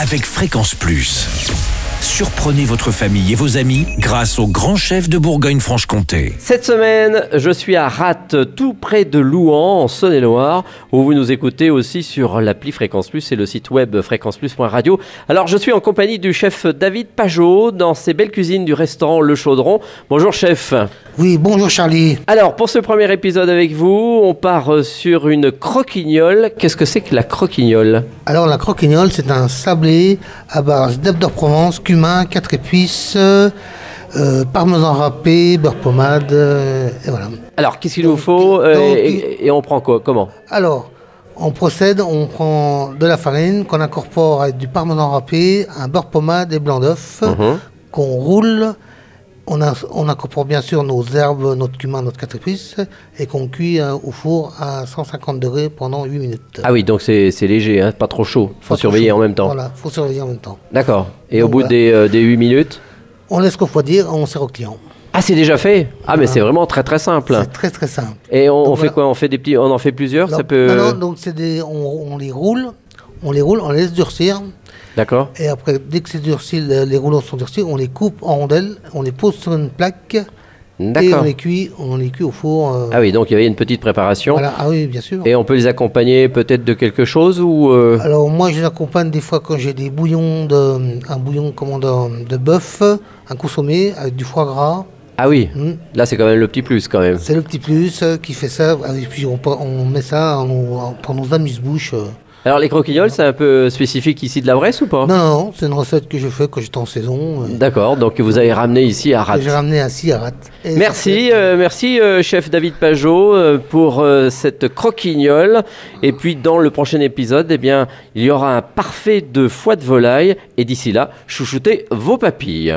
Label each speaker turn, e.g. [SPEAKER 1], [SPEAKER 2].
[SPEAKER 1] avec Fréquence Plus. Surprenez votre famille et vos amis grâce au grand chef de Bourgogne-Franche-Comté.
[SPEAKER 2] Cette semaine, je suis à Ratte, tout près de Louan, en Saône-et-Loire, où vous nous écoutez aussi sur l'appli Fréquence Plus et le site web fréquenceplus.radio. Alors, je suis en compagnie du chef David Pajot dans ses belles cuisines du restaurant Le Chaudron. Bonjour, chef.
[SPEAKER 3] Oui, bonjour Charlie.
[SPEAKER 2] Alors, pour ce premier épisode avec vous, on part euh, sur une croquignole. Qu'est-ce que c'est que la croquignole
[SPEAKER 3] Alors la croquignole, c'est un sablé à base d'hab de Provence, cumin, quatre épices, euh, euh, parmesan râpé, beurre pommade, euh, et voilà.
[SPEAKER 2] Alors, qu'est-ce qu'il nous faut euh,
[SPEAKER 3] donc-
[SPEAKER 2] et, et on prend quoi Comment
[SPEAKER 3] Alors, on procède, on prend de la farine qu'on incorpore avec du parmesan râpé, un beurre pommade et blanc d'œuf,
[SPEAKER 2] Mhm.
[SPEAKER 3] qu'on roule. On, a- on incorpore bien sûr nos herbes, notre cumin, notre quatre épices, et qu'on cuit euh, au four à 150 degrés pendant 8 minutes.
[SPEAKER 2] Ah oui, donc c'est c'est léger, hein, pas trop chaud. Faut
[SPEAKER 3] Pas trop
[SPEAKER 2] surveiller
[SPEAKER 3] chaud.
[SPEAKER 2] en même temps.
[SPEAKER 3] Voilà, faut surveiller en même temps.
[SPEAKER 2] D'accord. Et au
[SPEAKER 3] Donc
[SPEAKER 2] bout
[SPEAKER 3] voilà.
[SPEAKER 2] des, euh, des 8 minutes
[SPEAKER 3] On laisse refroidir, on sert au client.
[SPEAKER 2] Ah, c'est déjà fait Ah, mais c'est vraiment très très simple.
[SPEAKER 3] C'est très très simple.
[SPEAKER 2] Et on, on
[SPEAKER 3] Donc
[SPEAKER 2] fait
[SPEAKER 3] voilà.
[SPEAKER 2] quoi On fait des petits, on en fait plusieurs.
[SPEAKER 3] Non,
[SPEAKER 2] ça peut.
[SPEAKER 3] non, non, donc c'est des, on, on les roule, on les roule, on les laisse durcir.
[SPEAKER 2] D'accord.
[SPEAKER 3] Et après, dès que c'est durci, le- les rouleaux sont durcis, on les coupe en rondelles, on les pose sur une plaque et on
[SPEAKER 2] D'accord.
[SPEAKER 3] les cuit, on les cuit au four. euh,
[SPEAKER 2] Ah oui, donc il y avait une petite préparation.
[SPEAKER 3] voilà. Ah oui, bien sûr.
[SPEAKER 2] Et on peut les accompagner peut-être de quelque chose ou euh,
[SPEAKER 3] Alors moi, je les accompagne des fois quand j'ai des bouillons de, un bouillon comment, de, de bœuf, un consommé avec du foie gras.
[SPEAKER 2] ah oui.
[SPEAKER 3] Hmm.
[SPEAKER 2] Là, c'est quand même le petit plus quand même.
[SPEAKER 3] C'est le petit plus euh, qui fait ça. Ah, Et puis on, pe- on met ça en- en- pour nos amuse-bouches. euh.
[SPEAKER 2] Alors les croquignoles, c'est un peu spécifique ici de la Bresse ou pas
[SPEAKER 3] Non, non, non, c'est une recette que je fais quand j'étais en saison. euh,
[SPEAKER 2] D'accord. Donc vous avez ramené ici à Rat.
[SPEAKER 3] que j'ai ramené assis à rate. Et ça
[SPEAKER 2] Merci,
[SPEAKER 3] fait-
[SPEAKER 2] euh, merci euh, chef David Pajot euh, pour euh, cette croquignole. Et puis dans le prochain épisode, eh bien, il y aura un parfait de foie de volaille. Et d'ici là, chouchoutez vos papilles.